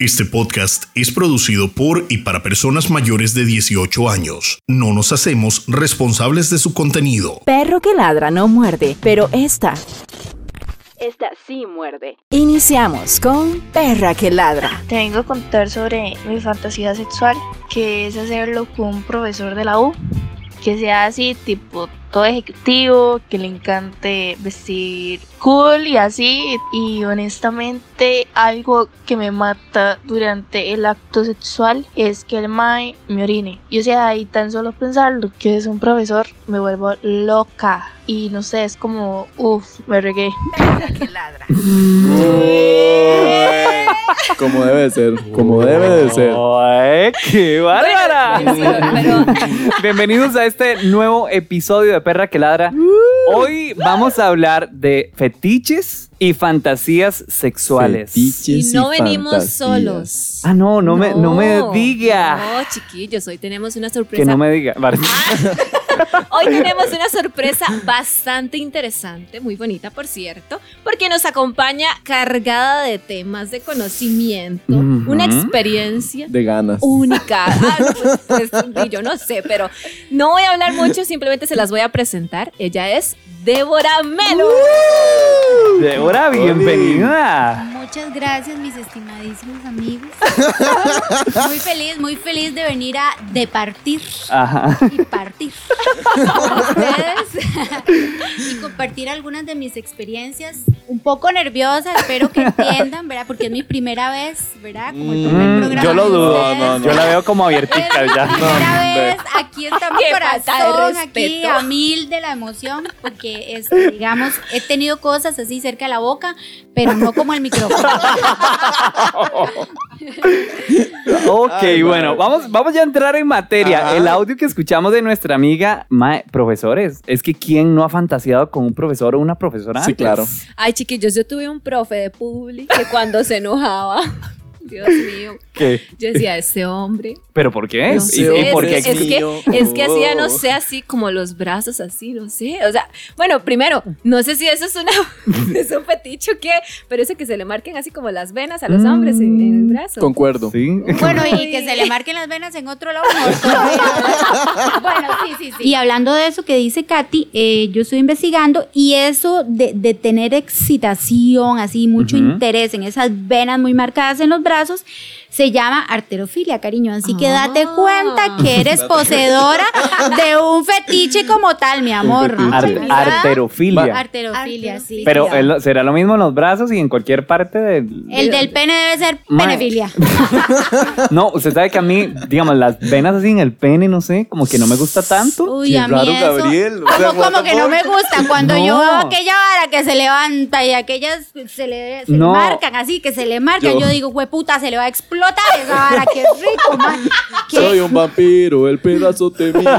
Este podcast es producido por y para personas mayores de 18 años. No nos hacemos responsables de su contenido. Perro que ladra no muerde, pero esta, Esta sí muerde. iniciamos con Perra que ladra. Te vengo a contar sobre mi fantasía sexual, que es hacerlo con un profesor de la U, que sea así, tipo todo ejecutivo, que le encante vestir cool y así. Y honestamente, algo que me mata durante el acto sexual es que el mae me orine. Y o sea, ahí tan solo pensarlo que es un profesor, me vuelvo loca. Y no sé, es como, uff, me regué. Como debe de ser, Oh. como debe de ser. ¡Ay, qué bárbara! Pero Bienvenidos a este nuevo episodio de Perra que Ladra. Hoy vamos a hablar de fetiches y fantasías sexuales. y Fetiches no venimos fantasías. solos. Ah, no, no, Me, no me diga. No, chiquillos, hoy tenemos una que sorpresa. no me diga. Vale. Hoy tenemos una sorpresa bastante interesante, muy bonita, por cierto, porque nos acompaña cargada de temas de conocimiento, Ujú. una experiencia De ganas. única. Ah, no, pues, pues, yo no sé, pero no voy a hablar mucho, simplemente se las voy a presentar. Ella es Débora Melo. Uh. ¡Uh! Débora, bienvenida. Muchas gracias, mis estimadísimos amigos. Muy feliz, muy feliz de venir a departir Ajá. y partir con ustedes y compartir algunas de mis experiencias. Un poco nerviosa, espero que entiendan, ¿verdad? Porque es mi primera vez, ¿verdad? Como el primer Mm, programa yo lo de dudo. ustedes. No, no, Yo la veo como Es abiertica mi ya. primera vez, aquí está mi Qué falta de corazón, aquí respeto. a mil de la emoción, porque este, digamos, he tenido cosas así cerca de la boca, pero no como el micrófono. Ok, Ay, bueno, madre. vamos, vamos ya a entrar en materia. Ajá. El audio que escuchamos de nuestra amiga, mae, profesores, es que ¿quién no ha fantaseado con un profesor o una profesora? Sí, antes? claro. Ay, chiquillos, yo tuve un profe de publi que cuando se enojaba, Dios mío, ¿Qué? yo decía, este hombre. ¿Pero por qué? No ¿Eh? ¿Y- sé, ¿Y, por qué? Oh. es, es que, es que hacía, no sé, así como los brazos así, no sé. O sea, bueno, primero, no sé si eso es, una, es un fetiche o qué, pero eso que se le marquen así como las venas a los hombres en, en el brazo. Concuerdo. Sí. Bueno, y que se le marquen las venas en otro lado. mejor todavía. bueno, sí, sí, sí. Y hablando de eso que dice Katy, eh, yo estoy investigando y eso de, de tener excitación, así mucho Ujú. interés en esas venas muy marcadas en los brazos, se llama arterofilia, cariño. Así que date Ah. cuenta que eres poseedora de un fetiche como tal, mi amor. Un Ar- fetiche. arterofilia. Arterofilia, sí. Pero es lo- será lo mismo en los brazos y en cualquier parte del... el del pene debe ser Mae. penefilia. No, usted sabe que a mí, digamos, las venas así en el pene, no sé, como que no me gusta tanto. Uy, a mí eso- Gabriel. Como, como que no me gusta cuando yo No. veo aquella vara que se levanta y aquellas se le, se le No. marcan así, que se le marcan. Yo- Yo, digo, hueputa, se le va a explotar esa vara, qué rico, man. Qué- Soy un vampiro, el pedazo te mira.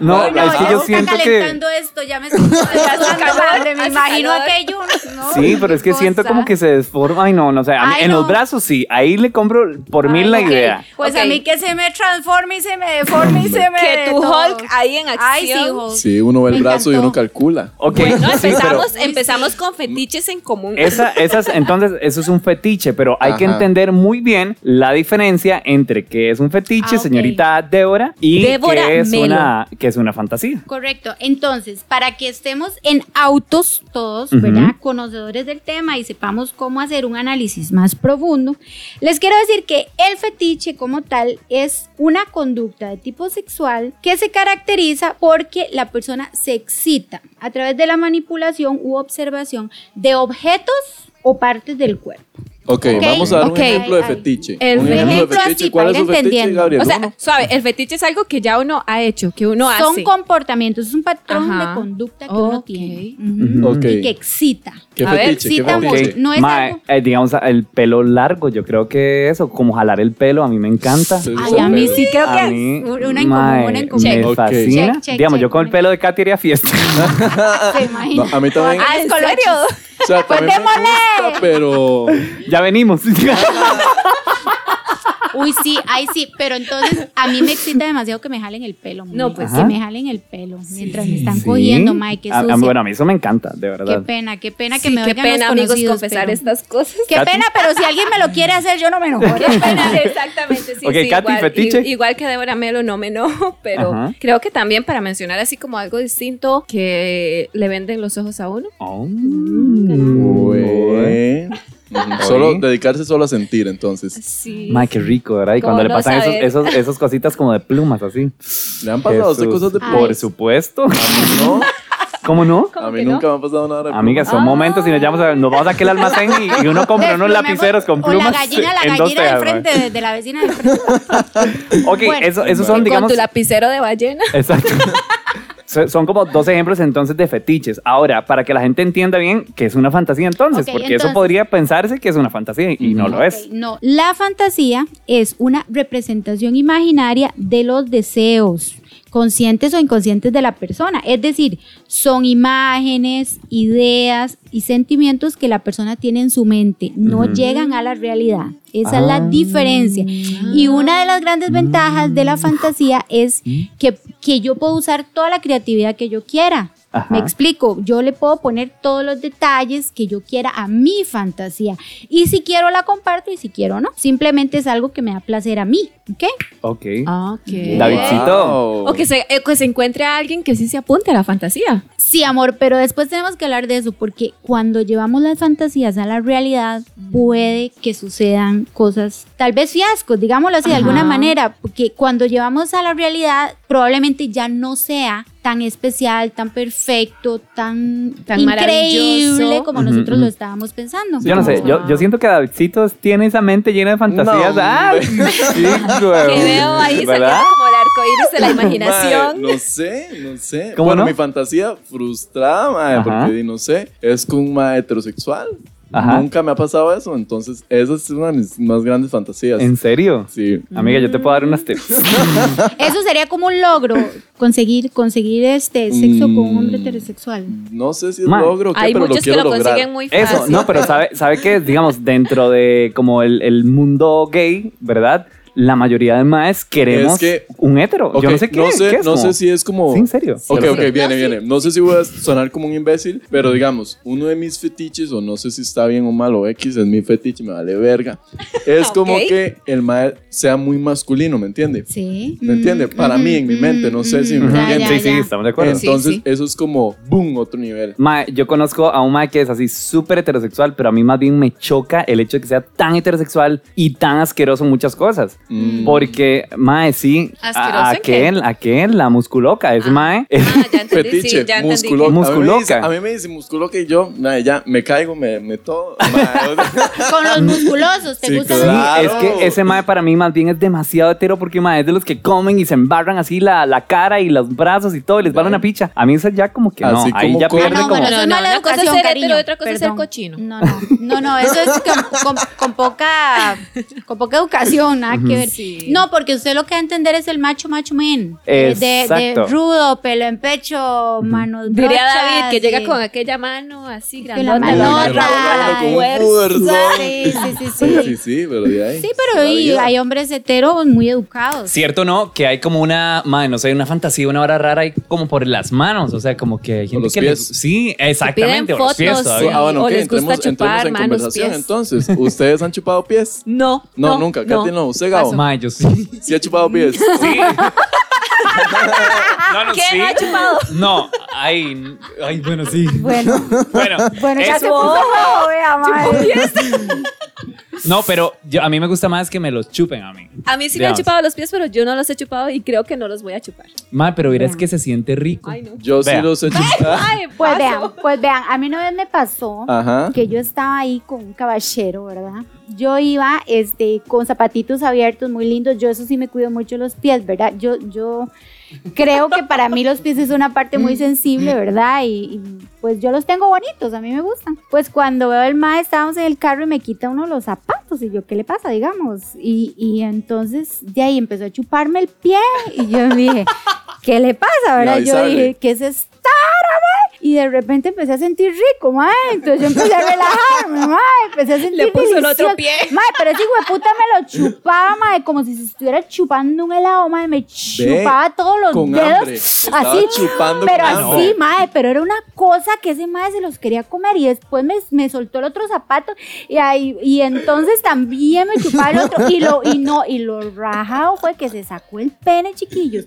No, Ay, no, es que ya yo se siento está que... calentando esto, ya me estoy calentando, madre, me hace imagino calor. aquello. ¿no? Sí, pero es que siento cosa. como que se desforma. Ay, no, no sé. a mí- Ay, en no. los brazos sí. Ahí le compro por mil la Ay, ok. idea. Pues Ok. a mí que se me transforme y se me deforme y se me. Que tu todo. Hulk ahí en acción. Ay, sí, Hulk. Sí, uno ve el Me brazo y encantó. uno calcula. Ok, Bueno, sí, pero empezamos, empezamos con fetiches en común. esa, esas, entonces eso es un fetiche, pero hay que Ajá. entender muy bien la diferencia entre qué es un fetiche, Ah, ok. señorita Débora, y Débora qué es Melo. una qué es una fantasía. Correcto. Entonces, para que estemos en autos todos, Ujú. ¿verdad? Conocedores del tema y sepamos cómo hacer un análisis más profundo, les quiero decir que el fetiche como tal es una conducta de tipo sexual que se caracteriza porque la persona se excita a través de la manipulación u observación de objetos o partes del cuerpo. Ok, Ok, vamos a dar ok. un ejemplo de Ay, ay. fetiche. El un ejemplo así, ¿Cuál para es ir su fetiche, entendiendo. Gabriel? o sea, Uno. suave, el fetiche es algo que ya uno ha hecho, que uno Son hace. comportamientos, es un patrón ah, Ajá. de conducta que Ok. uno tiene Ujú. Ujú. Ok. y que excita. ¿Qué A ver, fetiche? ¿Qué cita Ok, mucho. fetiche? No es mae, algo- eh, digamos el pelo largo, yo creo que eso, como jalar el pelo, a mí me encanta. Sí, Ay, a mí sí creo A que es mí, una en común, una en común. Me Ok. fascina. Check, check, digamos, yo check, con el me- pelo de Katy haría fiesta. Se imagina. No, a mí también. Ah, ¿en serio? O sea, Pues también me gusta, pero. ya venimos. Uy, sí, ahí sí, pero entonces a mí me excita demasiado que me jalen el pelo. mae, No, pues que sí. me jalen el pelo mientras me están Sí. cogiendo, Mike, qué A- a- sucia. Bueno, a mí eso me encanta, de qué verdad. pena, qué pena que Sí, me qué oigan pena, los amigos, conocidos, confesar pero- estas cosas. Qué Katy. pena, pero si alguien me lo quiere hacer, yo no me enojo. Qué pena, exactamente. Sí, Ok, sí, Katy, igual, fetiche. i- igual que Débora Melo, no me enojo, pero Ajá. creo que también para mencionar así como algo distinto que le venden los ojos a uno. Oh. Ué. Ujú. Solo dedicarse solo a sentir, entonces. Sí. Ma, qué rico, ¿verdad? Y ¿Cómo cuando le no pasan esos, saber? esos, esas cositas como de plumas, así. ¿Le han pasado a usted Jesús. cosas de Ay. Por supuesto. ¿No? ¿Cómo no? ¿Cómo A mí que no? nunca me ha pasado nada. de Amiga, Ah. son momentos y nos, llevamos a- nos vamos a aquel almacén y, y uno compra unos lapicero con O plumas. la gallina, la en dos gallina del tejas, ma. frente, de, de la vecina del frente. Ok, Bueno. eso- esos Con son, digamos. tu lapicero de ballena. Exacto. So- Son como dos ejemplos entonces de fetiches. Ahora, para que la gente entienda bien que es una fantasía entonces, Ok, porque entonces- eso podría pensarse que es una fantasía y no lo es. Ok, No, la fantasía es una representación imaginaria de los deseos conscientes o inconscientes de la persona. Es decir, son imágenes, ideas y sentimientos que la persona tiene en su mente. No Ujú. llegan a la realidad. Esa es la Ah. diferencia. Y una de las grandes ventajas de la fantasía es que, que yo puedo usar toda la creatividad que yo quiera. Ajá. Me explico, yo le puedo poner todos los detalles que yo quiera a mi fantasía. Y si quiero la comparto y si quiero no. Simplemente es algo que me da placer a mí, ¿ok? Ok. Ah, Ah, Ok. Davidcito. O que se, eh, que se encuentre a alguien que sí se apunte a la fantasía. Sí, amor, pero después tenemos que hablar de eso porque cuando llevamos las fantasías a la realidad puede que sucedan cosas, tal vez fiascos, digámoslo así de alguna Ajá. manera, porque cuando llevamos a la realidad probablemente ya no sea tan especial, tan perfecto, tan, Tan increíble maravilloso. como Ujú, nosotros ujú. lo estábamos pensando. Yo no sé, yo, yo siento que Davidcito tiene esa mente llena de fantasías. No, ¡Ay, Que veo ahí ¿verdad? saliendo como el arco iris de la imaginación. Mae, no sé, no sé. ¿Cómo bueno, no? mi fantasía frustrada, mae, Ajá. porque di, no sé, es con un mae heterosexual. Ajá. Nunca me ha pasado eso, entonces esa es una de mis más grandes fantasías. ¿En serio? Sí. Amiga, yo te puedo dar unas tips. Eso sería como un logro, conseguir, conseguir este sexo con un hombre Mm. heterosexual. No sé si es Mae. logro o qué, Hay pero lo muchos que quiero lo lograr. consiguen muy fácil. Eso, no, pero sabe, sabe que, digamos, dentro de como el, el mundo gay, ¿verdad? La mayoría de maes queremos Es que- un hetero. Ok, yo no sé qué, no sé, qué es no como- sé si es como. Sí, en serio. Ok, Sí, ok, sí. viene, No, Ah, sí. viene. No sé si voy a sonar como un imbécil, pero digamos, uno de mis fetiches, o no sé si está bien o mal, o X es mi fetiche, me vale verga. Es como Ok. que el mae sea muy masculino, ¿me entiende? Sí. Mm, ¿Me entiende? Para mí, en mi mente, no sé si me Ujú. Ya, ya, entiende. sí, sí, ya. estamos de acuerdo. Entonces, sí. eso es como, boom, otro nivel. Mae, yo conozco a un mae que es así súper heterosexual, pero a mí más bien me choca el hecho de que sea tan heterosexual y tan asqueroso en muchas cosas. Mm. Porque, mae, sí, ¿Asqueroso a- en qué? aquel, aquel, la musculoca, eh. ese mae. Ah, ya entendí, Fetiche, sí, ya entendí. musculoca. Musculoca. A mí me dice, musculoca y yo, nada, ya, me caigo, me, me todo. mae, o sea, Con los musculosos, ¿te Sí, gustan claro. los Sí, es que ese mae para mí más bien es demasiado hetero porque mae es de los que comen y se embarran así la, la cara y los brazos y todo y les van una picha. A mí eso ya como que Así no, ahí como ya corre Ah, pierde no, como... bueno, eso No, es no, mala una cosa es educación, ser cariño. hetero, otra cosa es ser Perdón. cochino. No, no, no, no, eso es con, con- con poca, con poca educación, nada que ver. Sí. No, porque usted lo que va a entender es el macho, macho men. Eh, De, de Exacto. rudo, pelo en pecho, manos Diría brochas, David que llega y- con aquella mano así con grandota. la manota. manota. Con Fuerza. fuerza. Sí, sí, sí, sí, sí. sí, pero de ahí. Sí, pero la y vida. hay hombres heteros muy educados. Cierto, ¿no? Que hay como una, madre, no sé, una fantasía, una hora rara y como por las manos, o sea, como que hay gente los que pies. les- Sí, exactamente, piden o los pies fotos, todavía. sí. Ah, bueno, o ok, les entremos, gusta entremos chupar en manos, conversación. pies. Entonces, ¿ustedes han chupado pies? No, No, nunca, Katy no. ¿Usted, Gabo? Mae, yo sí. ¿Sí ha chupado pies? Sí. No, no, ¿Quién sí. lo ha chupado? No, ay, ay, bueno, sí. Bueno, Bueno, bueno, ya eso- se puso feo, vea, madre. No, pero yo- a mí me gusta más que me los chupen a mí. A mí sí me han Veamos. chupado los pies, pero yo no los he chupado y creo que no los voy a chupar. Mae, pero verás que se siente rico. Ay, no. Yo sí Vea. los he chupado. Ay, Pues paso. vean, pues vean, a mí una vez me Ah. pasó Ajá. que yo estaba ahí con un caballero, ¿verdad? Yo iba este, con zapatitos abiertos, muy lindos. Yo eso sí me cuido mucho los pies, ¿verdad? Yo, yo creo que para mí los pies es una parte muy sensible, ¿verdad? Y, y, pues yo los tengo bonitos, a mí me gustan. Pues cuando veo el mae, estábamos en el carro y me quita uno los zapatos y yo, ¿qué le pasa, digamos? Y, y entonces de ahí empezó a chuparme el pie y yo dije, ¿qué le pasa, verdad? Yo avisarle. dije, ¿qué es esta? vara, mae?". y de repente empecé a sentir rico, mae. Entonces yo empecé a relajarme, mae. Empecé a sentir Le puso el otro delicioso. pie. Mae, pero ese hijo de puta me lo chupaba, mae, como si se estuviera chupando un helado, mae. Me chupaba todos los con dedos. hambre. Estaba así, chupando pero con así, hambre. mae. Pero era una cosa que ese mae se los quería comer y después me, me soltó el otro zapato y ahí, y entonces también me chupaba el otro y lo, y no, y lo rajado fue que se sacó el pene, chiquillos.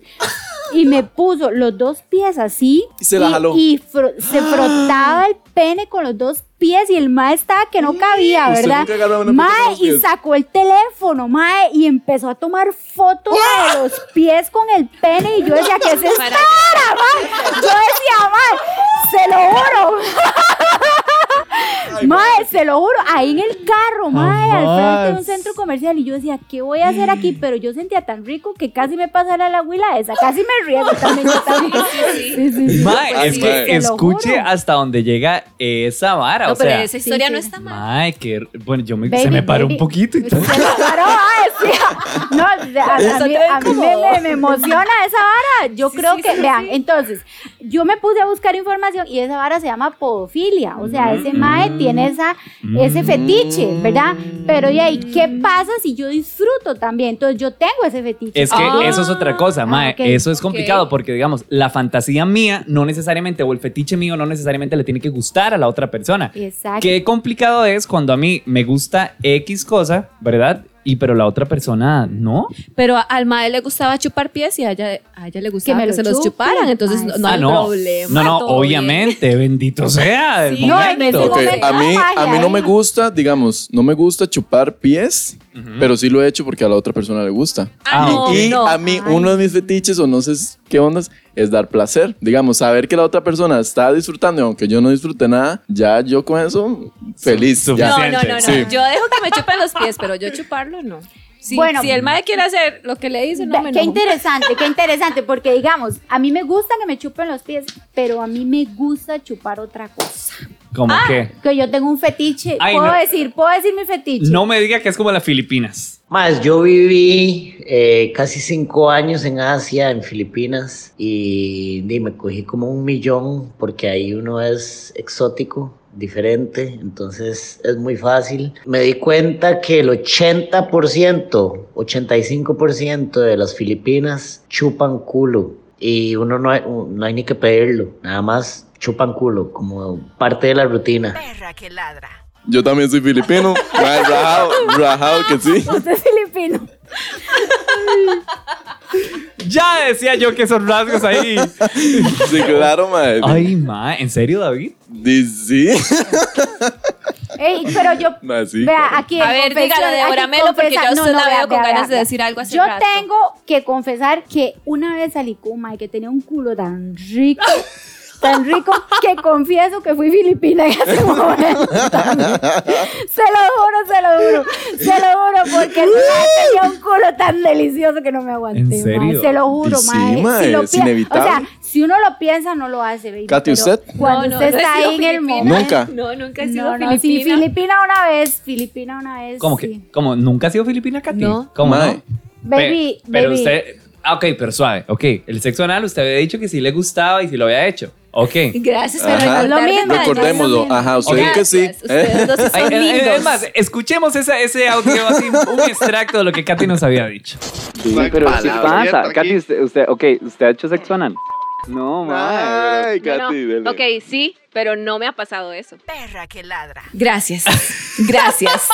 Y me puso los dos pies así. Y se la jaló. Y fro- se frotaba el pene con los dos pies y el mae estaba que no cabía, Usted ¿verdad? nunca agarraba una puta con mae, los y pies. sacó el teléfono, mae, y empezó a tomar fotos ¡Ah! mae, de los pies con el pene y yo decía, ¿qué es esta Para- vara, mae? Yo decía, mae, se lo juro. Mae, se lo juro, ahí en el carro, mae, al frente de un Jamás. centro comercial. Y yo decía, ¿qué voy a hacer aquí? Pero yo sentía tan rico que casi me pasara la huila esa, casi me riego también. yo también. sí. Sí, sí, sí. Mae, Pues es sí, que te lo escuche juro. hasta donde llega esa vara. No, o sea, pero esa historia sí, no sí. está mal. Mae, que. Bueno, yo me, Baby, se me paró baby. un poquito y Se todo. me paró, ah, sí. No, a, a mí, a mí me, me- me emociona esa vara. Yo creo que, vean, entonces, yo me puse a buscar información y esa vara se llama podofilia. O sea, Mm. ese mae tiene esa, ese fetiche, ¿verdad? Pero, ¿y ahí qué pasa si yo disfruto también? Entonces, yo tengo ese fetiche. Es que Ah, eso es otra cosa, Mae. ok, eso es complicado ok. porque, digamos, la fantasía mía no necesariamente, o el fetiche mío no necesariamente le tiene que gustar a la otra persona. Exacto. Qué complicado es cuando a mí me gusta X cosa, ¿verdad? Y pero la otra persona no. Pero a- al mae le gustaba chupar pies y a ella, a ella le gustaba me que, lo se los chupen. chuparan. Entonces Ah, no, sí. no Ah, hay no. problema. no, no, todo bien. obviamente, bendito sea. el Sí. No, en momento. ese Ok, momento. a mí, Ay, a mí ay. no me gusta, digamos, no me gusta chupar pies, pero sí lo he hecho porque a la otra persona le gusta. Ah, Y- no, y no. a mí, Ay. uno de mis fetiches, o no sé qué ondas, es dar placer. Digamos, saber que la otra persona está disfrutando, y aunque yo no disfrute nada, ya yo con eso, feliz. Su- ya. No, no, no, no. Sí. Yo dejo que me chupen los pies, pero yo chuparlo no. Si, Bueno. si el mae quiere hacer lo que le dice, no Ve- me qué enojo. interesante, qué interesante, porque digamos, a mí me gusta que me chupen los pies, pero a mí me gusta chupar otra cosa. Como Ah. que. Que yo tengo un fetiche, Ay, puedo no. decir, puedo decir mi fetiche. No me diga que es como las Filipinas. Más, yo viví eh, casi cinco años en Asia, en Filipinas, y, di, me cogí como un millón porque ahí uno es exótico, diferente, entonces es muy fácil. Me di cuenta que el 80%, 85% de las Filipinas chupan culo y uno no hay, no hay ni que pedirlo, nada más chupan culo como parte de la rutina. Yo también soy filipino. Ay, rajado, rajado que sí. Usted es filipino. Ya decía yo que esos rasgos ahí. Sí, claro, mae. Ay, Mae, ¿en serio, David? Di- Sí. Ey, pero yo, Mae, sí, vea, claro. aquí A en ver, confesión- dígalo, Débora aquí Melo, porque confesa- ya usted la vea, veo con vea, ganas de vea. decir algo hace Yo rato. tengo que confesar que una vez salí con un mae que tenía un culo tan rico, tan rico, que confieso que fui filipina en ese momento. Se lo juro, se lo juro. Se lo juro, porque ese mae tenía un culo tan delicioso que no me aguanté. ¿En mae. serio? Se lo juro, Y sí, mae. mae, lo es pi- inevitable. O sea, si uno lo piensa, no lo hace, baby. Katy, pero ¿usted? Cuando No, no, usted no he está sido ahí en el filipina. momento. Nunca. No, nunca he sido No, no, sí, filipina. Filipina una vez, Filipina una vez. Como sí. que, como nunca ha sido Filipina, Katy. No. ¿Cómo Mae. no? Baby, Pe- pero baby. usted. Ah, ok, pero suave. Ok, el sexo anal, usted había dicho que sí le gustaba y sí lo había hecho. Ok. Ay, Gracias por Ajá. recordarme, Lo mismo, mae, no es lo Recordémoslo. mismo. Ajá, usted dijo que sí. Gracias, Ustedes dos sí son eh, eh, lindos. es más, escuchemos esa- ese audio así, un extracto de lo que Katy nos había dicho. Sí, pero sí pasa. Katy, usted, usted, ok, usted ha hecho sexo anal. No, mae. Ay, No, no. Katy, dele. Ok, sí, pero no me ha pasado eso. Perra que ladra. Gracias. Gracias.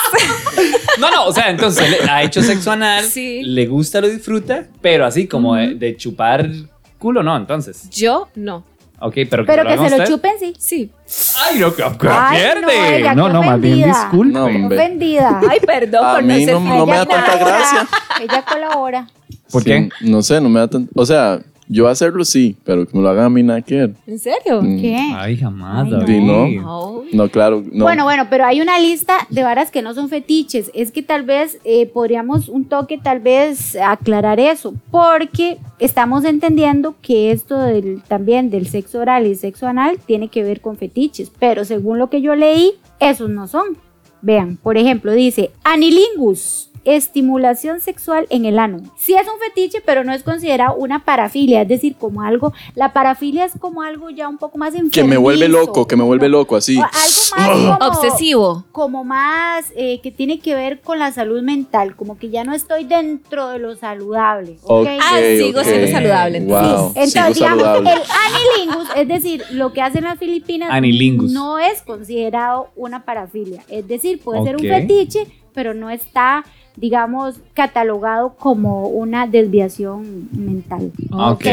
No, no, o sea, entonces le- ha hecho sexo anal, Sí. le gusta, lo disfruta, pero así como de, de chupar culo, no, entonces. Yo no. Ok, pero que, Pero lo que haga se lo usted. chupen, sí. Sí. Ay, no, que, que Ay, no, pierde. oiga, No, qué no, más bien ofendida. disculpe. No, hombre. Ofendida. Ay, perdón A por mí ser no- no me da filipina. tanta colabora, gracia. Ella colabora. ¿Por Sí, qué? No sé, no me da tanto. O sea, yo hacerlo sí, pero que me lo hagan a mí nada que ver. ¿En serio? Mm, ¿Qué? Ay, jamás, Ay, no. David. Sí, no. No. No, claro, no. Bueno, bueno, pero hay una lista de varas que no son fetiches. Es que tal vez eh, podríamos un toque, tal vez aclarar eso, porque estamos entendiendo que esto del, también del sexo oral y sexo anal tiene que ver con fetiches, pero según lo que yo leí, esos no son. Vean, por ejemplo, dice anilingus. estimulación sexual en el ano. Sí es un fetiche, pero no es considerado una parafilia, es decir, como algo, la parafilia es como algo ya un poco más enfermizo. Que me vuelve loco, que me vuelve loco, así. O Ah, algo más como- Obsesivo. Como más eh, que tiene que ver con la salud mental, como que ya no estoy dentro de lo saludable. ¿ok? Ok, Ah, sigo ok. siendo saludable, entonces. Wow, sigo Entonces, digamos, saludable. el anilingus, es decir, lo que hacen las Filipinas, Anilingus. no es considerado una parafilia. Es decir, puede ser Ok. un fetiche, pero no está, digamos, catalogado como una desviación mental. Ok.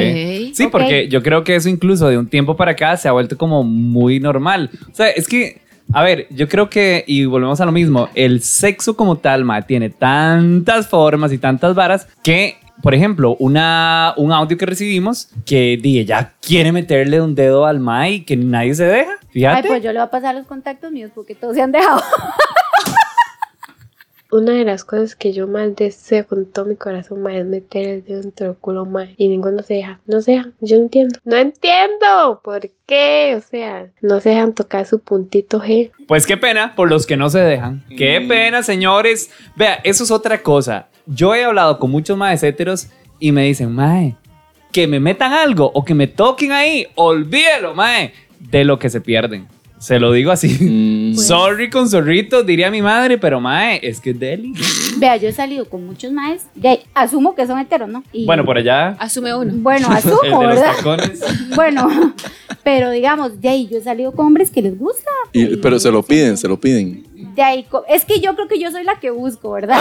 Sí, Ok. porque yo creo que eso incluso de un tiempo para acá se ha vuelto como muy normal. O sea, es que, a ver, yo creo que, y volvemos a lo mismo, el sexo como tal, ma, tiene tantas formas y tantas varas que, por ejemplo, una, un audio que recibimos que di, ella quiere meterle un dedo al ma y que nadie se deja. Fíjate. Ay, pues yo le voy a pasar los contactos míos porque todos se han dejado. Una de las cosas que yo más deseo con todo mi corazón más es meter el dedo dentro del culo más y ninguno se deja, no se dejan, yo no entiendo, no entiendo por qué, o sea, no se dejan tocar su puntito G. Pues qué pena por los que no se dejan. Qué pena, señores. Vea, eso es otra cosa. Yo he hablado con muchos maes heteros y me dicen, mae, que me metan algo o que me toquen ahí, olvídelo, mae, de lo que se pierden. Se lo digo así. Mm, Sorry con zorritos, diría mi madre, pero mae, es que es deli. Vea, yo he salido con muchos maes, de- asumo que son heteros, ¿no? Y- Bueno, por allá, Asume uno. Bueno, el asumo, de los Ah, ¿verdad? tacones. Bueno, pero digamos, de ahí yo he salido con hombres que les gusta. y- pero se lo piden, se lo piden. De ahí, co- es que yo creo que yo soy la que busco, ¿verdad?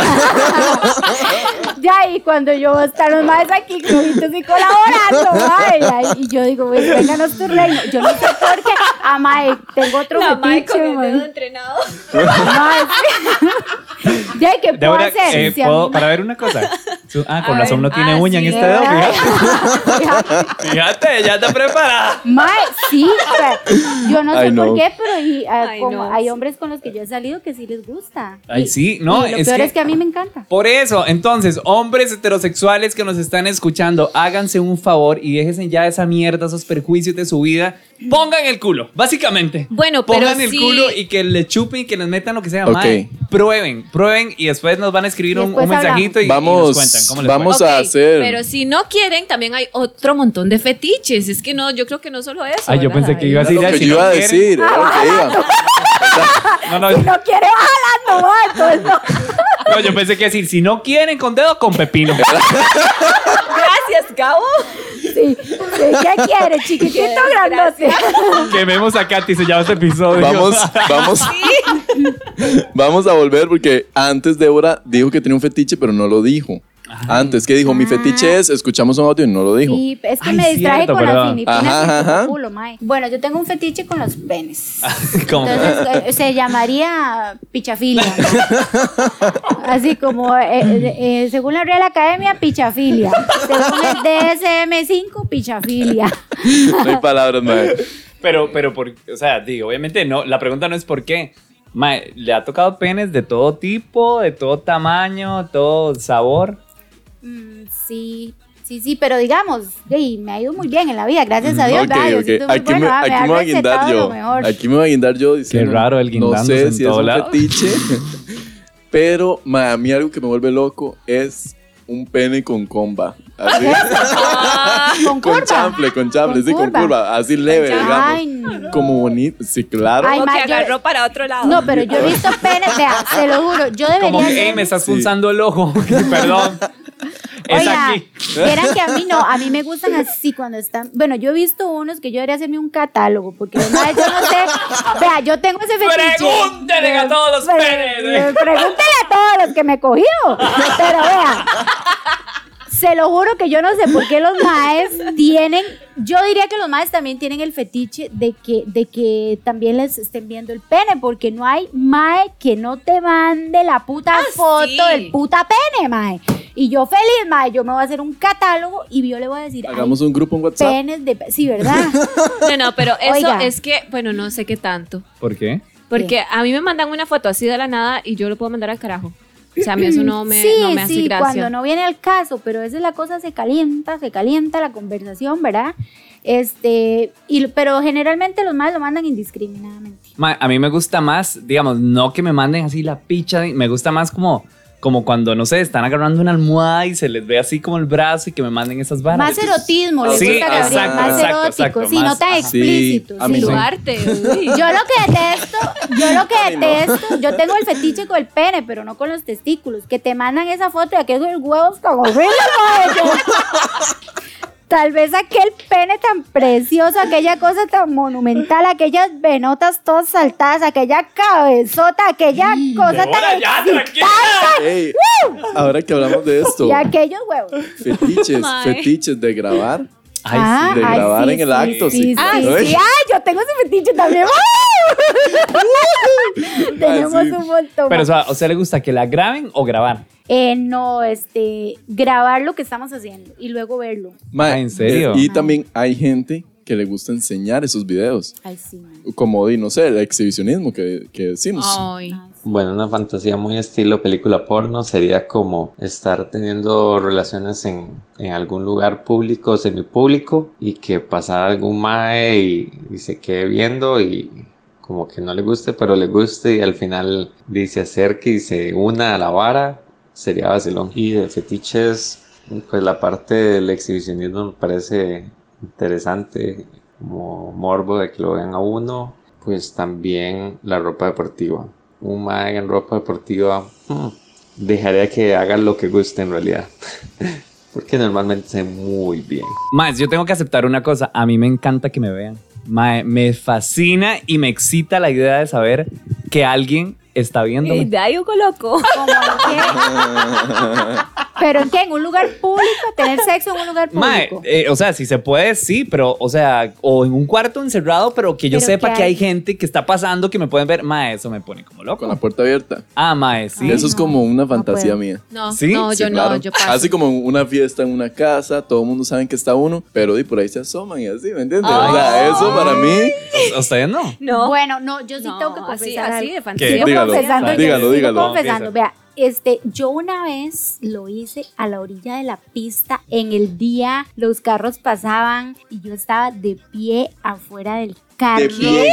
de ahí, cuando yo están los más aquí, grujitos y colaborando, mae, de ahí, y yo digo, pues, vénganos tu reino. Yo no sé por qué, ah, mae, tengo otro La mae con fetiche, el dedo mae. entrenado. Mae, sí. De ahí, ¿qué puedo Débora, hacer? eh, Si a mí ¿puedo- me- para ver una cosa. Su- Ah, con A razón ver, no tiene ah, uña sí, en este dedo. ¿verdad? Fíjate, fíjate, ella está preparada. Mae, sí, pero yo no sé Ay, no. por qué, pero y, ah, Ay, como no. hay hombres con los que yo he salido que sí les gusta. Ay, Y- sí, no, y lo es peor que- es que a mí me encanta. Por eso, entonces, hombres heterosexuales que nos están escuchando, háganse un favor y déjense ya esa mierda, esos perjuicios de su vida. Pongan el culo, básicamente. Bueno, pero Pongan el sí. culo y que le chupen y que les metan lo que sea. Ok. mae. Prueben, prueben y después nos van a escribir Y un, después un mensajito y, y nos Vamos, cuentan cómo les vamos. Ok, a hacer- Pero si no quieren, también hay otro montón de fetiches. Es que no, yo creo que no solo eso. Ay, yo ¿verdad? pensé que Ay, iba a Era decir lo que si yo no iba a quieren. decir, era lo Ah, que iba. fue. No, no, Si no quiere bajarla, no, entonces no. no, yo pensé que decir, si no quieren con dedo, con pepino. Gracias, Gabo. Sí, sí, ¿qué quiere, chiquitito Qué grandote? Quememos a Katy, se llama este episodio. Vamos, vamos, vamos a volver porque antes Débora dijo que tenía un fetiche, pero no lo dijo. Antes que dijo, mi fetiche es, escuchamos un audio y no lo dijo. Ah. Sí, es que Ay, me distraje cierto, con las perdón. filipinas Ajá, y con ajá. el culo, mae. Bueno, yo tengo un fetiche con los penes. ¿Cómo? Entonces eh, se llamaría pichafilia. ¿no? Así como, eh, eh, eh, según la Real Academia, pichafilia. Según el DSM5, pichafilia. No hay palabras, madre. Pero, pero, por, o sea, digo, obviamente no, la pregunta no es por qué. Mae, le ha tocado penes de todo tipo, de todo tamaño, todo sabor. Mm, sí. Sí, sí, pero digamos, ey, me ha ido muy bien en la vida, gracias a Mm, Ok, Dios. ok. ¿verdad? Diosito es muy Aquí, bueno, me, ah, aquí ha me voy a recetado guindar lo yo. mejor. Aquí me voy a guindar yo diciendo. raro el No guindándose sé en si es todo un lado". fetiche, pero ma, a mí algo que me vuelve loco es un pene con comba. Así. Ah, Con con curva. chample, con chample, Con sí, con curva. curva. Así leve, digamos. Ay, no. Como bonito. Sí, claro. Ay, Como ma, que yo- agarró para otro lado. No, pero yo he visto penes, vea, se lo juro, yo debería Como que, ser- "Ey, me estás Sí. punzando el ojo. Perdón. es Oiga, aquí. vieran que a mí no, a mí me gustan así cuando están. Bueno, yo he visto unos que yo debería hacerme un catálogo, porque de verdad yo no sé. Vea, yo tengo ese fetiche. Pregúntele a todos los Pre- penes. Pregúntele a todos los que me he cogido. Pero vea. Se lo juro que yo no sé por qué los maes tienen, yo diría que los maes también tienen el fetiche de que, de que también les estén viendo el pene, porque no hay mae que no te mande la puta Ah, foto sí. del puta pene, mae. Y yo feliz, mae, yo me voy a hacer un catálogo y yo le voy a decir, ay, Hagamos un grupo en WhatsApp. penes de, pe- sí, ¿verdad? No, no, pero eso Oiga. es que, bueno, no sé qué tanto. ¿Por qué? Porque a mí me mandan una foto así de la nada y yo lo puedo mandar al carajo. O sea, a mí eso no me, sí, no me hace sí, gracia. cuando no viene al caso, pero a veces la cosa se calienta, se calienta la conversación, ¿verdad? Este, y, pero generalmente los más lo mandan indiscriminadamente. Ma, a mí me gusta más, digamos, no que me manden así la picha, me gusta más como como cuando, no sé, están agarrando una almohada y se les ve así como el brazo y que me manden esas varas. Pues, Más erotismo, le Sí, gusta a Gabriel, exacto, más exacto, erótico, exacto, sí, no más- tan ajá. explícito. Sí, sí. Tu arte, uy. Yo lo que detesto, yo lo que Ay, no. detesto, yo tengo el fetiche con el pene, pero no con los testículos. Que te mandan esa foto de aquellos huevos como "Mira, madre". Tal vez aquel pene tan precioso, aquella cosa tan monumental, aquellas venotas todas saltadas, aquella cabezota, aquella cosa tan excitante Ey, ahora que hablamos de esto, y aquellos huevos. fetiches, Mae. fetiches de grabar. Ay, sí. De Ah, ay, grabar sí, en el sí, acto, sí. Sí, sí, Ay, sí. Ay, yo tengo ese fetiche también. ¡Ay! Tenemos Ah, sí. un montón. Pero, o sea, ¿a usted le gusta que la graben o grabar? Eh, no, este, grabar lo que estamos haciendo y luego verlo. mae, Ah, ¿en serio? Y también hay gente que le gusta enseñar esos videos. Ay, sí, man. Como, di, no sé, el exhibicionismo que, que decimos. Ay. Bueno, una fantasía muy estilo película porno sería como estar teniendo relaciones en, en algún lugar público o semipúblico y que pasara algún mae y, y se quede viendo y como que no le guste, pero le guste y al final di, se acerque y se una a la vara, sería vacilón. Y de fetiches, pues la parte del exhibicionismo me parece interesante, como morbo de que lo vean a uno, pues también la ropa deportiva un man en ropa deportiva, mm, dejaría que haga lo que guste en realidad. Porque normalmente se ve muy bien. Más, yo tengo que aceptar una cosa. A mí me encanta que me vean. Mae, me fascina y me excita la idea de saber que alguien está Y viéndome. de ahí Hugo loco. Pero en qué? En un lugar público, tener sexo en un lugar Mae, público. eh, o sea, si se puede, sí, pero, o sea, o en un cuarto encerrado, pero que yo Pero sepa que que hay- hay gente que está pasando, que me pueden ver. Mae, eso me pone como loco. Con la puerta abierta. Ah, mae, sí. Eso es como una fantasía mía. No, no, Ah, yo no, yo paso. Así como una fiesta en una casa, todo el mundo sabe que está uno, pero di por ahí se asoman y así, ¿me entiendes? O sea, eso para mí. Ustedes no. No. Bueno, no, yo sí tengo que así- confesar así algo. de ¿Qué? Sigo Dígalo, Eh, confesando, dígalo, yo sigo dígalo. confesando. Confiesa. Vea, este, yo una vez lo hice a la orilla de la pista en el día, los carros pasaban y yo estaba de pie afuera del carro. ¿De pie?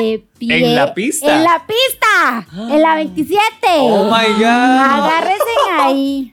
De pie. ¿En la pista? En la pista, en la 27. Oh my God. Agárrense ahí.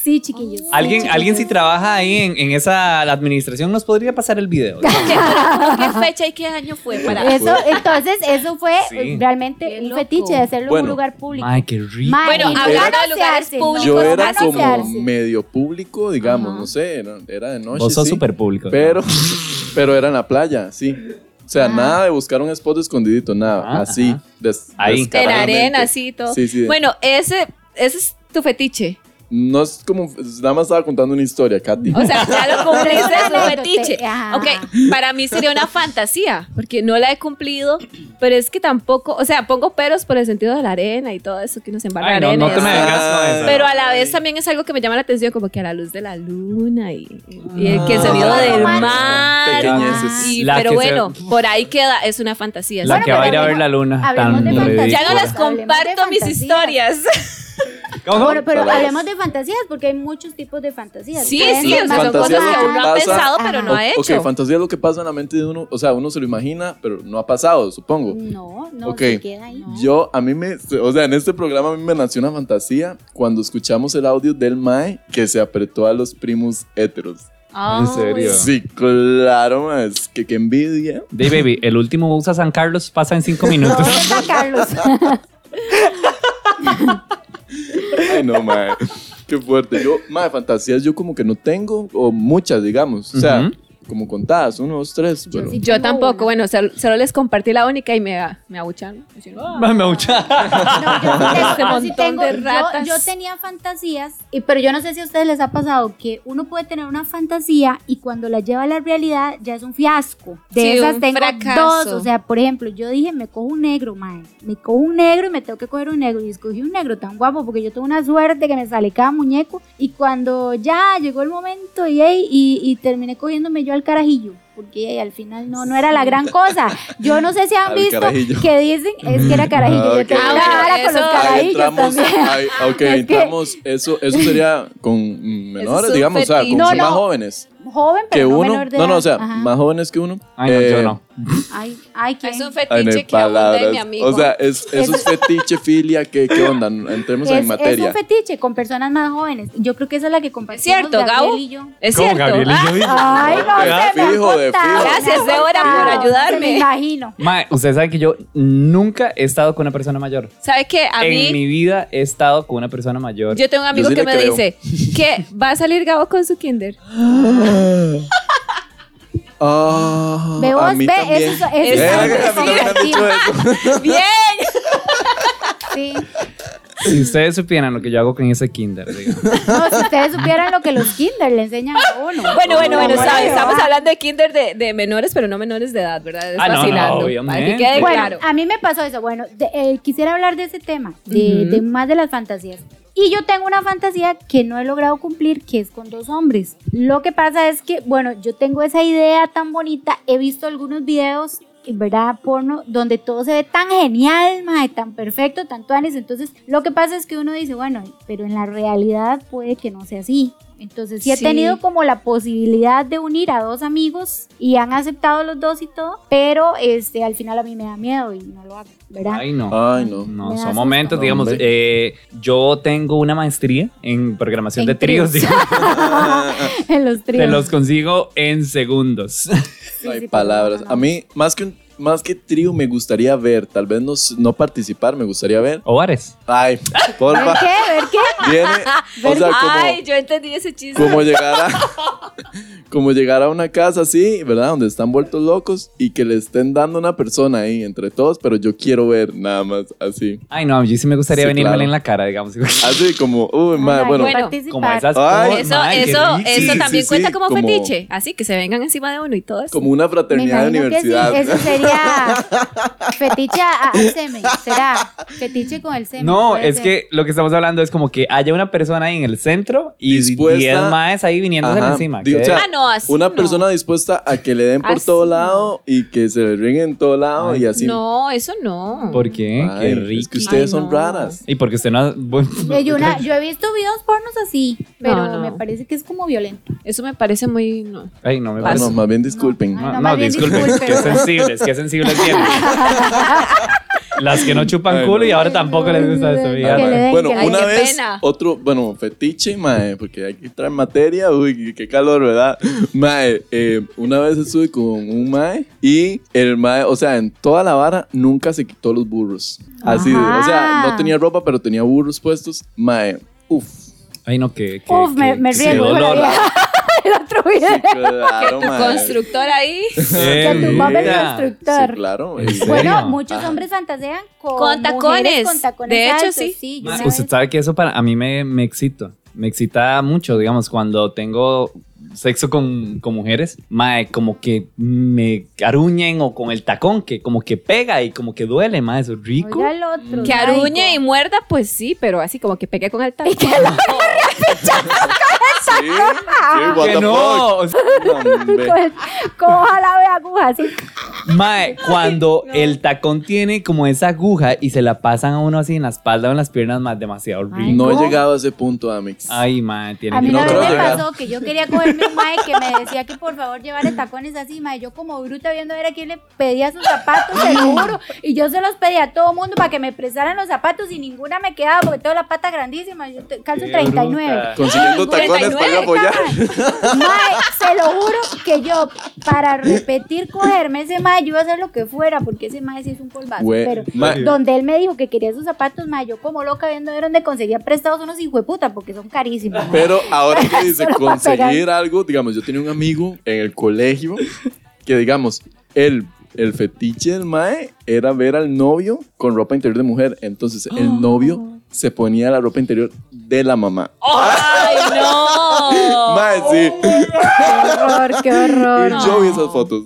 Sí, chiquillos. Alguien, alguien si trabaja ahí en, en esa administración nos podría pasar el video. ¿Qué fecha y qué año fue para Eso, entonces, eso fue Sí. realmente un fetiche de hacerlo en Bueno. un lugar público. Ay, qué rico. Mae, Bueno, y no, hablando no de se lugares hace, no, públicos, Yo no era se como hace. medio público, digamos, no sé, era, era de noche. Vos sos sí, súper público. Pero, pero era en la playa, sí. O Ah. sea, nada de buscar un spot escondidito, nada. Ah, Ajá, así, des- Ahí. De la descaradamente. arena, así todo. Sí, sí. Bueno, ese, ese es tu fetiche. No es como. Nada más estaba contando una historia, Katy. O sea, ya lo cumpliste Pero es una tu fetiche. anécdota, Ok, para mí sería una fantasía, porque no la he cumplido, pero es que tampoco, o sea, pongo peros por el sentido de la arena y todo eso que nos embarra Ay, arena. no, no y te me así. vengas con eso. Pero a la vez también es algo que me llama la atención, como que a la luz de la luna y, y el, que el Ah. sonido del Romántico. mar. Pequeñeces. Y- La pero que bueno, se- por ahí queda, es una fantasía. la ¿sí? que va a ir a ver la luna. hablemos Tan de fantasía. ridícula. Ya no las Hablemos de comparto mis fantasías. historias. ¿Cómo? Bueno, pero Para hablemos de fantasías, porque hay muchos tipos de fantasías. Sí, Ustedes sí, son o sea, más son cosas Fantasía que es lo uno que Ah, ha pasa. pensado, pero no O- ha hecho. Ok, fantasía es lo que pasa en la mente de uno. O sea, uno se lo imagina, pero no ha pasado, supongo. No, no, Ok. se queda ahí. Yo, a mí me. O sea, en este programa a mí me nació una fantasía cuando escuchamos el audio del Mae que se apretó a los primos héteros. Ay. En serio. Sí, claro, Mae. es que qué envidia. Day Baby, el último usa San Carlos pasa en cinco minutos. ¿Dónde está Carlos? Ay, no, Mae. Qué fuerte. Yo, Mae, fantasías yo como que no tengo, o muchas, digamos. O sea, Ujú. como contadas, uno, dos, tres. Yo Pero, sí. Yo Tengo tampoco, una. bueno, solo, solo les compartí la única y me, me abucharon. Me hicieron, "Ah". Me gusta. No, yo sí tengo- Este yo sí montón tengo- de yo- ratas. Yo, tenía fantasías, y, pero yo no sé si a ustedes les ha pasado que uno puede tener una fantasía y cuando la lleva a la realidad ya es un fiasco. De Sí, esas un tengo fracaso. dos. O sea, por ejemplo, yo dije, me cojo un negro, madre. Me cojo un negro y me tengo que coger un negro. Y escogí un negro tan guapo porque yo tengo una suerte que me sale cada muñeco. Y cuando ya llegó el momento y, ey, y, y terminé cogiéndome yo al carajillo. Porque ey, al final no, no era la gran cosa. Yo no sé si han Al visto carajillo. que dicen es que era carajillo. Ah, yo ok, tengo ok. una vara con los Eso- Ahí carajillos entramos, también. ahí- ok, Es que- entramos, eso, eso sería con mm, Eso es menores, un digamos, o sea, con fetiche. con No, más no. jóvenes. joven, que pero no uno. menor de no, no, edad. o sea, Ajá. más jóvenes que uno. Ay, no, yo no. Ay, ay, ¿quién? Es un Ay, no hay fetiche que abunda en palabras. mi amigo. O sea, es, eso es fetiche, filia, ¿qué, qué onda? Entremos es, en es materia. un fetiche con personas más jóvenes. Yo creo que esa es la que compartimos. cierto, Gabriel Gabo? y yo. Es ¿Cómo, cierto? Gabriel y yo? Ay, no, De se me fijo, de acota. fijo. Gracias, Débora, por Se me ayudarme. imagino. Mae, ustedes saben que yo nunca he estado con una persona mayor. ¿Sabe qué? A en mí, mi vida he estado con una persona mayor. yo tengo un amigo sí que le me creo. dice que va a salir Gabo con su kinder. Ah, Ve a vos, mí ve, también. eso es- eso Verga, es- a mí no me han dicho eso. ¡Bien! Sí. Si ustedes supieran lo que yo hago con ese kinder, digamos. No, si ustedes supieran lo que los kinder le enseñan a uno. Bueno, bueno, bueno, Amor, sabe, ¿verdad? estamos hablando de kinder de, de menores, pero no menores de edad, ¿verdad? Es Ah, no, no, vacilando. para que obviamente. quede Bueno, claro. a mí me pasó eso. Bueno, de- eh, quisiera hablar de ese tema, de, Ujú. de más de las fantasías. Y yo tengo una fantasía que no he logrado cumplir, que es con dos hombres. Lo que pasa es que, bueno, yo tengo esa idea tan bonita, he visto algunos videos, ¿verdad? Porno, donde todo se ve tan genial, mae, tan perfecto, tan tuanis. Entonces, lo que pasa es que uno dice, bueno, pero en la realidad puede que no sea así. Entonces, sí he Sí. tenido como la posibilidad de unir a dos amigos y han aceptado los dos y todo, pero este al final a mí me da miedo y no lo hago, ¿verdad? Ay, no. Ay, Ah, no. No, Me son asusta. momentos, digamos. Hombre. eh, yo tengo una maestría en programación de En tríos, tríos. digamos. en los tríos. Te los consigo en segundos. No hay palabras. A mí, más que un- Más que trío, me gustaría ver, tal vez no, s- no participar, me gustaría ver. ¿O Ares? Ay, ¿Ver porfa. qué? ¿Ver qué? Viene, ah, o sea, como, Ay, yo entendí ese chiste. como llegar a como llegar a una casa así, ¿verdad? Donde están vueltos locos y que le estén dando una persona ahí entre todos, pero yo quiero ver nada más así. Ay, no, a mí sí me gustaría Sí, venirme claro. en la cara, digamos. Así como, uy, ma, Ay, bueno, bueno, Como participar. esas Ay, cosas, Eso, mae, qué eso, rico. eso Sí, también sí, cuenta sí, como, como- fetiche. Así que se vengan encima de uno y todo eso. como una pues, Me fraternidad de imagino que sí. universidad. Eso sería fetiche a, a semen. Será fetiche con el semen. No, puede es ser. que lo que estamos hablando es como que haya una persona ahí en el centro y Dispuesta- 10 maes ahí viniéndose Ajá, encima. digo, Qué- o sea, Ah, no, así una no. persona dispuesta a que le den por Así Ah, todo no. lado y que se le ringen en todo lado Ay, y así. No, eso no. ¿Por qué? Ay, qué Es rico. que ustedes Ay, son no. raras. Y porque usted no ha... bueno, Eh, Yo, una- yo he visto videos pornos así, pero No, no. me parece que es como violento. Eso me parece muy. No. Ay, no me Ah, parece. no, más bien disculpen. No, No, no, más bien disculpen, disculpen. qué sensibles, qué sensibles tienen. Las que no chupan Ay, culo no. y ahora tampoco les gusta eso. Que Ah, fíjate. le den, bueno, que le una den. Qué vez, pena. otro, bueno, fetiche, mae, porque hay que entrar en materia, uy, qué calor, ¿verdad? Mae, eh, una vez estuve con un mae y el mae, o sea, en toda la vara nunca se quitó los burros. Así, de- o sea, Ajá. no tenía ropa, pero tenía burros puestos, mae, uff. Ay, no, que. que- Uf, me, que- me que riego con la dolor. vieja. El otro video. Claro, Tu constructor ahí. Qué Que tu vida. papá es Sí, constructor. claro. ¿En eh. serio? Ah. Bueno, muchos Ajá. hombres fantasean con, Con mujeres tacones. Con tacones De hecho, altos, sí. yo una Usted vez- sabe que eso para a mí me, me excita. Me excita mucho, digamos, cuando tengo sexo con, con mujeres, mae, como que me aruñen o con el tacón que como que pega y como que duele, mae, eso es rico. Oiga el otro. Que aruñe y muerda, pues sí, pero así como que pegue con el tacón. Sí, sí, what Que the no, o sea, fuck. No, hombre. Coja la de aguja, así. mae, cuando el tacón tiene como esa aguja y se la pasan a uno así en la espalda o en las piernas, más demasiado Ay, rico. No ¿Cómo? he llegado a ese punto, Amix. Ay, mae, tiene A mí que No una vez creo me llegar. pasó que yo quería cogerme un mae que me decía que por favor llevara tacones así, mae. Yo como bruta viendo a ver a quién le pedía sus zapatos, te lo juro. Y yo se los pedía a todo mundo para que me prestaran los zapatos y ninguna me quedaba porque tengo la pata grandísima. Yo te- calzo Qué 39. bruta. Consiguiendo tacones para ir a apoyar. Mae, se lo juro que yo para repetir cogerme ese mae, yo iba a hacer lo que fuera porque ese mae sí es un polvazo. Güey, pero mae. donde él me dijo que quería sus zapatos, mae, yo como loca viendo de dónde conseguía prestados unos hijueputa porque son carísimos. mae. Pero ahora que dice Solo pa' conseguir pegar. algo, digamos, yo tenía un amigo en el colegio que, digamos, él, el fetiche del mae era ver al novio con ropa interior de mujer. Entonces, el novio se ponía la ropa interior de la mamá. ¡Ay, no! Mae, sí. Qué horror, qué horror. Y yo vi esas fotos.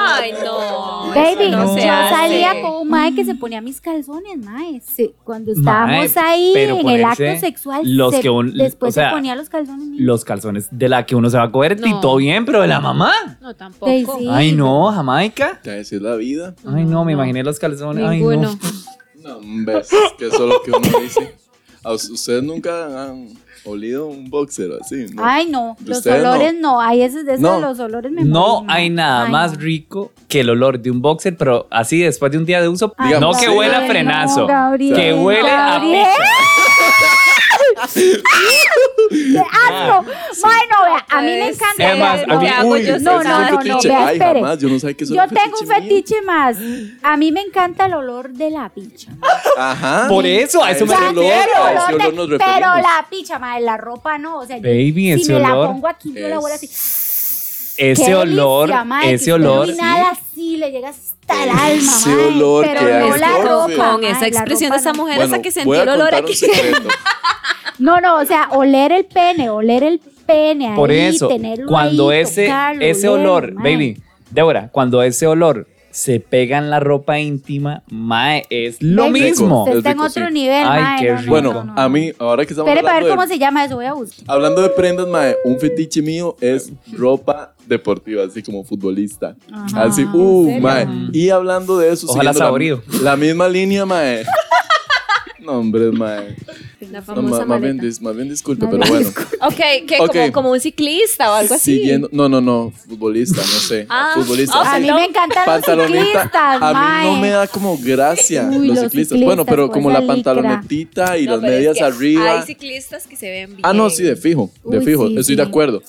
¡Ay, no! Baby, eso no se yo hace. salía con un mae que se ponía mis calzones, mae. Se- cuando estábamos Mae, ahí pero en el acto ponerse sexual, los se- que un- después o sea, se ponía los calzones. míos. los calzones de la que uno se va a coger No. y todo bien, pero de la mamá. No, tampoco. Sí, sí. Ay, no, Jamaica. Te voy a decir la vida. Ay, no, me imaginé los calzones. Ay, Ninguno. no. No, hombre, es que eso es lo que uno dice. ¿A us- ¿Ustedes nunca han olido un boxer así? ¿no? Ay, no, los ¿Ustedes olores no. Ay, esos de esos No. los olores me No muero. hay nada Ay, más rico que el olor de un boxer, pero así después de un día de uso, Ay, no Digamos, que sí. huela a Ay, frenazo, no, Gabriel, que huele Gabriel. a pizza. ¡Qué asco! Bueno, vea, a mí me encanta. Es más, a mí- no, Uy, no, ese no, es no, un no, fetiche. vea, Ay, espere. jamás, yo no sabía que eso Yo era un tengo un fetiche más. A mí me encanta el olor de la picha. Ajá. Por eso, a eso me ese olor, refiero. a Olor ese de- olor nos pero referimos. la picha, madre, la ropa no. O sea, yo- Baby, si ese me la olor pongo aquí, yo la huelo así. Ese Qué olor, delicia, mae, que ese usted olor. no hay nada así, le llega hasta el alma, Ese mae, olor pero que no hay, la profe. ropa, Con mae, esa la expresión ropa de esa no. mujer hasta Bueno, que voy sentí a el olor contar un aquí. secreto. No, no, o sea, oler el pene, oler el pene Por ahí, eso, tenerlo cuando ahí, ese, tocarlo, ese olerlo, olor, mae. baby, Débora, cuando ese olor se pega en la ropa íntima, mae, es lo Baby, mismo. Usted Es está en rico, otro sí. nivel, Ay, mae, qué no, no, rico. Bueno, no, no, a no. mí, ahora que estamos Espere para ver hablando cómo de, se llama eso, voy a buscar. hablando de prendas, mae, un fetiche mío es ropa deportiva, así como futbolista. Ajá, así, uh, ¿en mae. serio? Y hablando de eso, Ojalá siguiendo saborío. la, la misma línea, mae. No, hombre, mae. No, La ma- famosa más, bien, maleta. dis- más bien disculpe, pero bueno. Ok, que Ok. Como, como un ciclista o algo así. Siguiendo, no, no, no, futbolista, no sé. Ah, futbolista. ok. sí. A mí me encantan los pantaloneta. ciclistas, A mí no mae. me da como gracia Uy, los, los ciclistas. ciclistas Bueno, pero con como esa la pantalonetita y No, las pero es medias que arriba. Hay ciclistas que se ven bien. Ah, no, sí, de fijo, de Uy, fijo, sí, estoy sí. de acuerdo.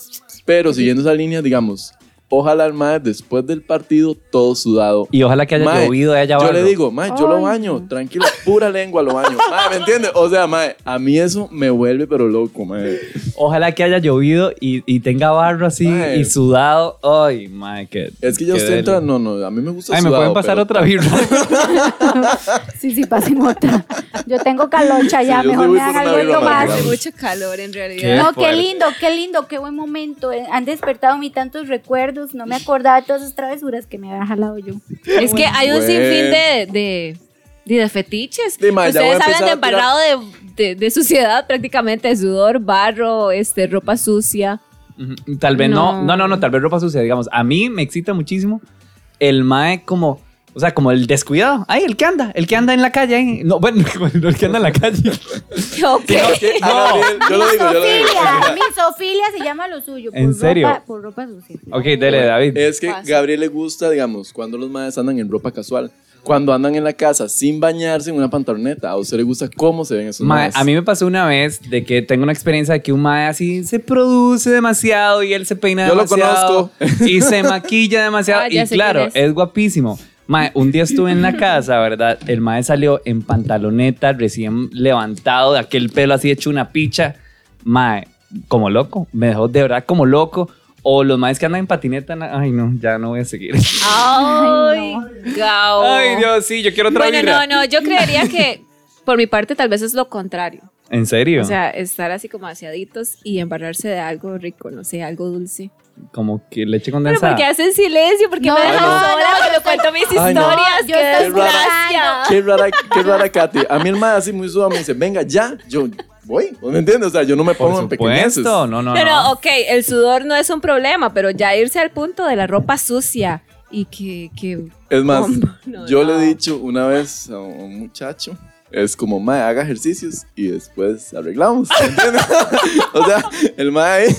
Pero siguiendo esa línea, digamos, ojalá el mae después del partido todo sudado. Y ojalá que haya Mae, llovido, haya Yo barro. le digo, mae, yo lo Ay, baño, tranquilo, pura lengua lo baño. Mae, ¿me entiendes? O sea, mae, a mí eso me vuelve pero loco, mae. Ojalá que haya llovido y, y tenga barro así Mae. y sudado. Ay, mae, que. Es que ya qué usted deli. entra, no, no, a mí me gusta Ay, me sudado, pueden pasar pero- otra birra. Sí, sí, pasen otra. Yo tengo caloncha ya, Sí, yo mejor sí voy me por hagan una algo birra más más. Hace Vamos. mucho calor en realidad. Qué No, qué fuerte. lindo, qué lindo, qué buen momento. Eh, Han despertado mi tantos recuerdos. No me acordaba de todas esas travesuras que me había jalado yo. Es que hay un Bueno. sinfín de, de, de- de fetiches. Sí, ma, ya voy a Ustedes empezar hablan de a tirar- embarrado de, de, de suciedad prácticamente, de sudor, barro, este, ropa sucia. Ujú, Tal vez no. No. no, no, no, tal vez ropa sucia, digamos. A mí me excita muchísimo el mae como, o sea, como el descuidado. Ay, el que anda, el que anda en la calle. ay. No, bueno, no el que anda en la calle. Ok. Es que, ah, Gabriel, yo lo digo, yo lo digo. Misofilia, misofilia se llama lo suyo. por ¿En ropa- serio? Por ropa sucia. Ok, dele, David. Es que Pasa. Gabriel le gusta, digamos, cuando los madres andan en ropa casual. Cuando andan en la casa sin bañarse en una pantaloneta. A usted le gusta cómo se ven esos Mae, madres. a mí me pasó una vez de que tengo una experiencia de que un mae así se produce demasiado y él se peina Yo lo demasiado conozco. y se maquilla demasiado Ah, ya y sé claro, quién es. es guapísimo. Mae, un día estuve en la casa, ¿verdad? El mae salió en pantaloneta, recién levantado, de aquel pelo así hecho una picha. Mae, como loco, me dejó de verdad como loco. O los maes que andan en patineta, na- ay no, ya no voy a seguir. Ay, Gao. Ay Dios, sí, yo quiero otra Oh. Bueno, birra. no, no, yo creería que por mi parte tal vez es lo contrario. ¿En serio? O sea, estar así como aseaditos y embarrarse de algo rico, no sé, algo dulce. como que leche Pero condensada. porque hacen silencio, porque No, me dejan no, sola no, cuando yo cuento mis Ay, no. historias. Yo qué estoy desgracia. Qué rara, qué rara Katy. A mí el mae así muy suave me dice, venga ya, yo voy. ¿Me entiendes? O sea, yo no me Por pongo en pequeñeces. supuesto, no, no, no. Pero, ok, el sudor no es un problema, pero ya irse al punto de la ropa sucia y que. que Es más, Combo. No, yo le no. he dicho una vez a un muchacho, es como, mae, haga ejercicios y después arreglamos. ¿me entiendes? o sea, el mae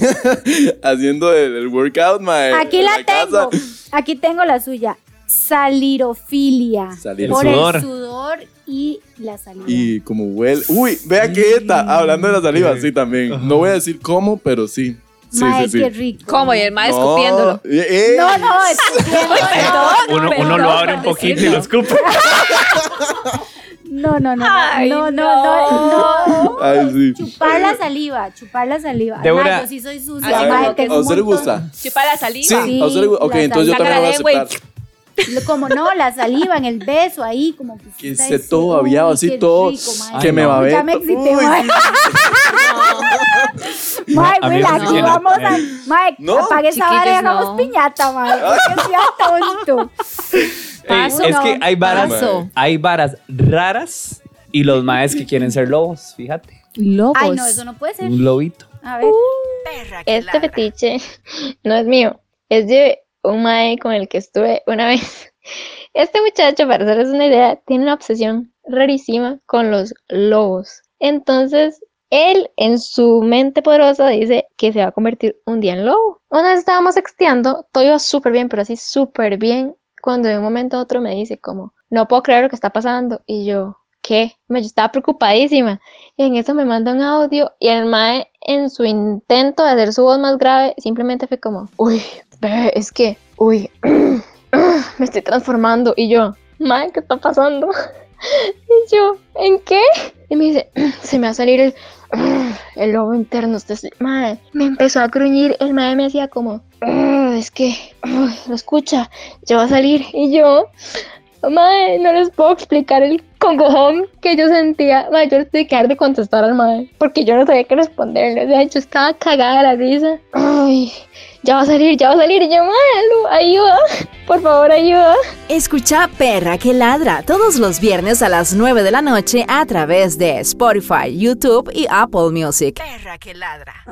haciendo el, el workout, mae. Aquí en la, casa. tengo. Aquí tengo la suya. Salirofilia. Salir El por sudor. el sudor y la saliva. Y como huele. Uy, vea que ETA, hablando de la saliva, sí también. No voy a decir cómo, pero sí. Sí, Mae, sí, qué sí. rico. ¿Cómo? Y el mae No, escupiéndolo. eh, eh. No, no, es Uno, Perdón uno lo por abre un poquito y decirlo. lo escupe. No, no, no, no, Ay, no, no, no, no. Ay, sí. Chupar la saliva, chupar la saliva. Ay, Débora. mae, yo sí soy Ay, sucia, A, mae, mae, ver, tengo ¿a un usted le montón. gusta? Chupa la saliva. Sí, Sí, a usted le gusta. Ok, la entonces yo saliva. también voy a Saca la lengua y- aceptar. Lo- Como no, la saliva en el beso ahí, como que. Que está esté así, todo uy, babeado, así qué todo. rico, mae. que Ay, me no. va a ver. Ya me excité, mae. Mae, a mí Will, no sé aquí quién es. vamos a. Mae, No. apague esa vara y Chiquillos, hagamos no. piñata, mae. Que sea tonto. Paso. es que hay varas, Paso. hay varas raras y los maes que quieren ser lobos, fíjate. Lobos. Ay, no, eso no puede ser. Un lobito. A ver. Este fetiche no es mío, es de un mae con el que estuve una vez. Este muchacho, para hacerles una idea, tiene una obsesión rarísima con los lobos. Entonces, él en su mente poderosa dice que se va a convertir un día en lobo. Una vez estábamos sexteando, todo iba súper bien, pero así súper bien, cuando de un momento a otro me dice como, no puedo creer lo que está pasando. Y yo, ¿qué? Me, yo estaba preocupadísima. Y en eso me manda un audio y el mae en su intento de hacer su voz más grave, simplemente fue como, uy, ve, es que, uy, me estoy transformando. Y yo, mae, ¿qué está pasando? Y yo, ¿en qué? Y me dice, se me va a salir el, el lobo interno. Usted, se- mae, me empezó a gruñir. El mae me hacía como, es que, uy, lo escucha, ya va a salir. Y yo, mae, no les puedo explicar el congojón que yo sentía. Mae, yo le tuve que dar de contestar al mae, porque yo no sabía qué responderle. O sea, yo estaba cagada de la risa. Ay, ya va a salir, ya va a salir. Y yo, mae, Lu, ayuda, por favor, ayuda. Escucha Perra que Ladra todos los viernes a las 9 de la noche a través de Spotify, YouTube y Apple Music. Perra que ladra.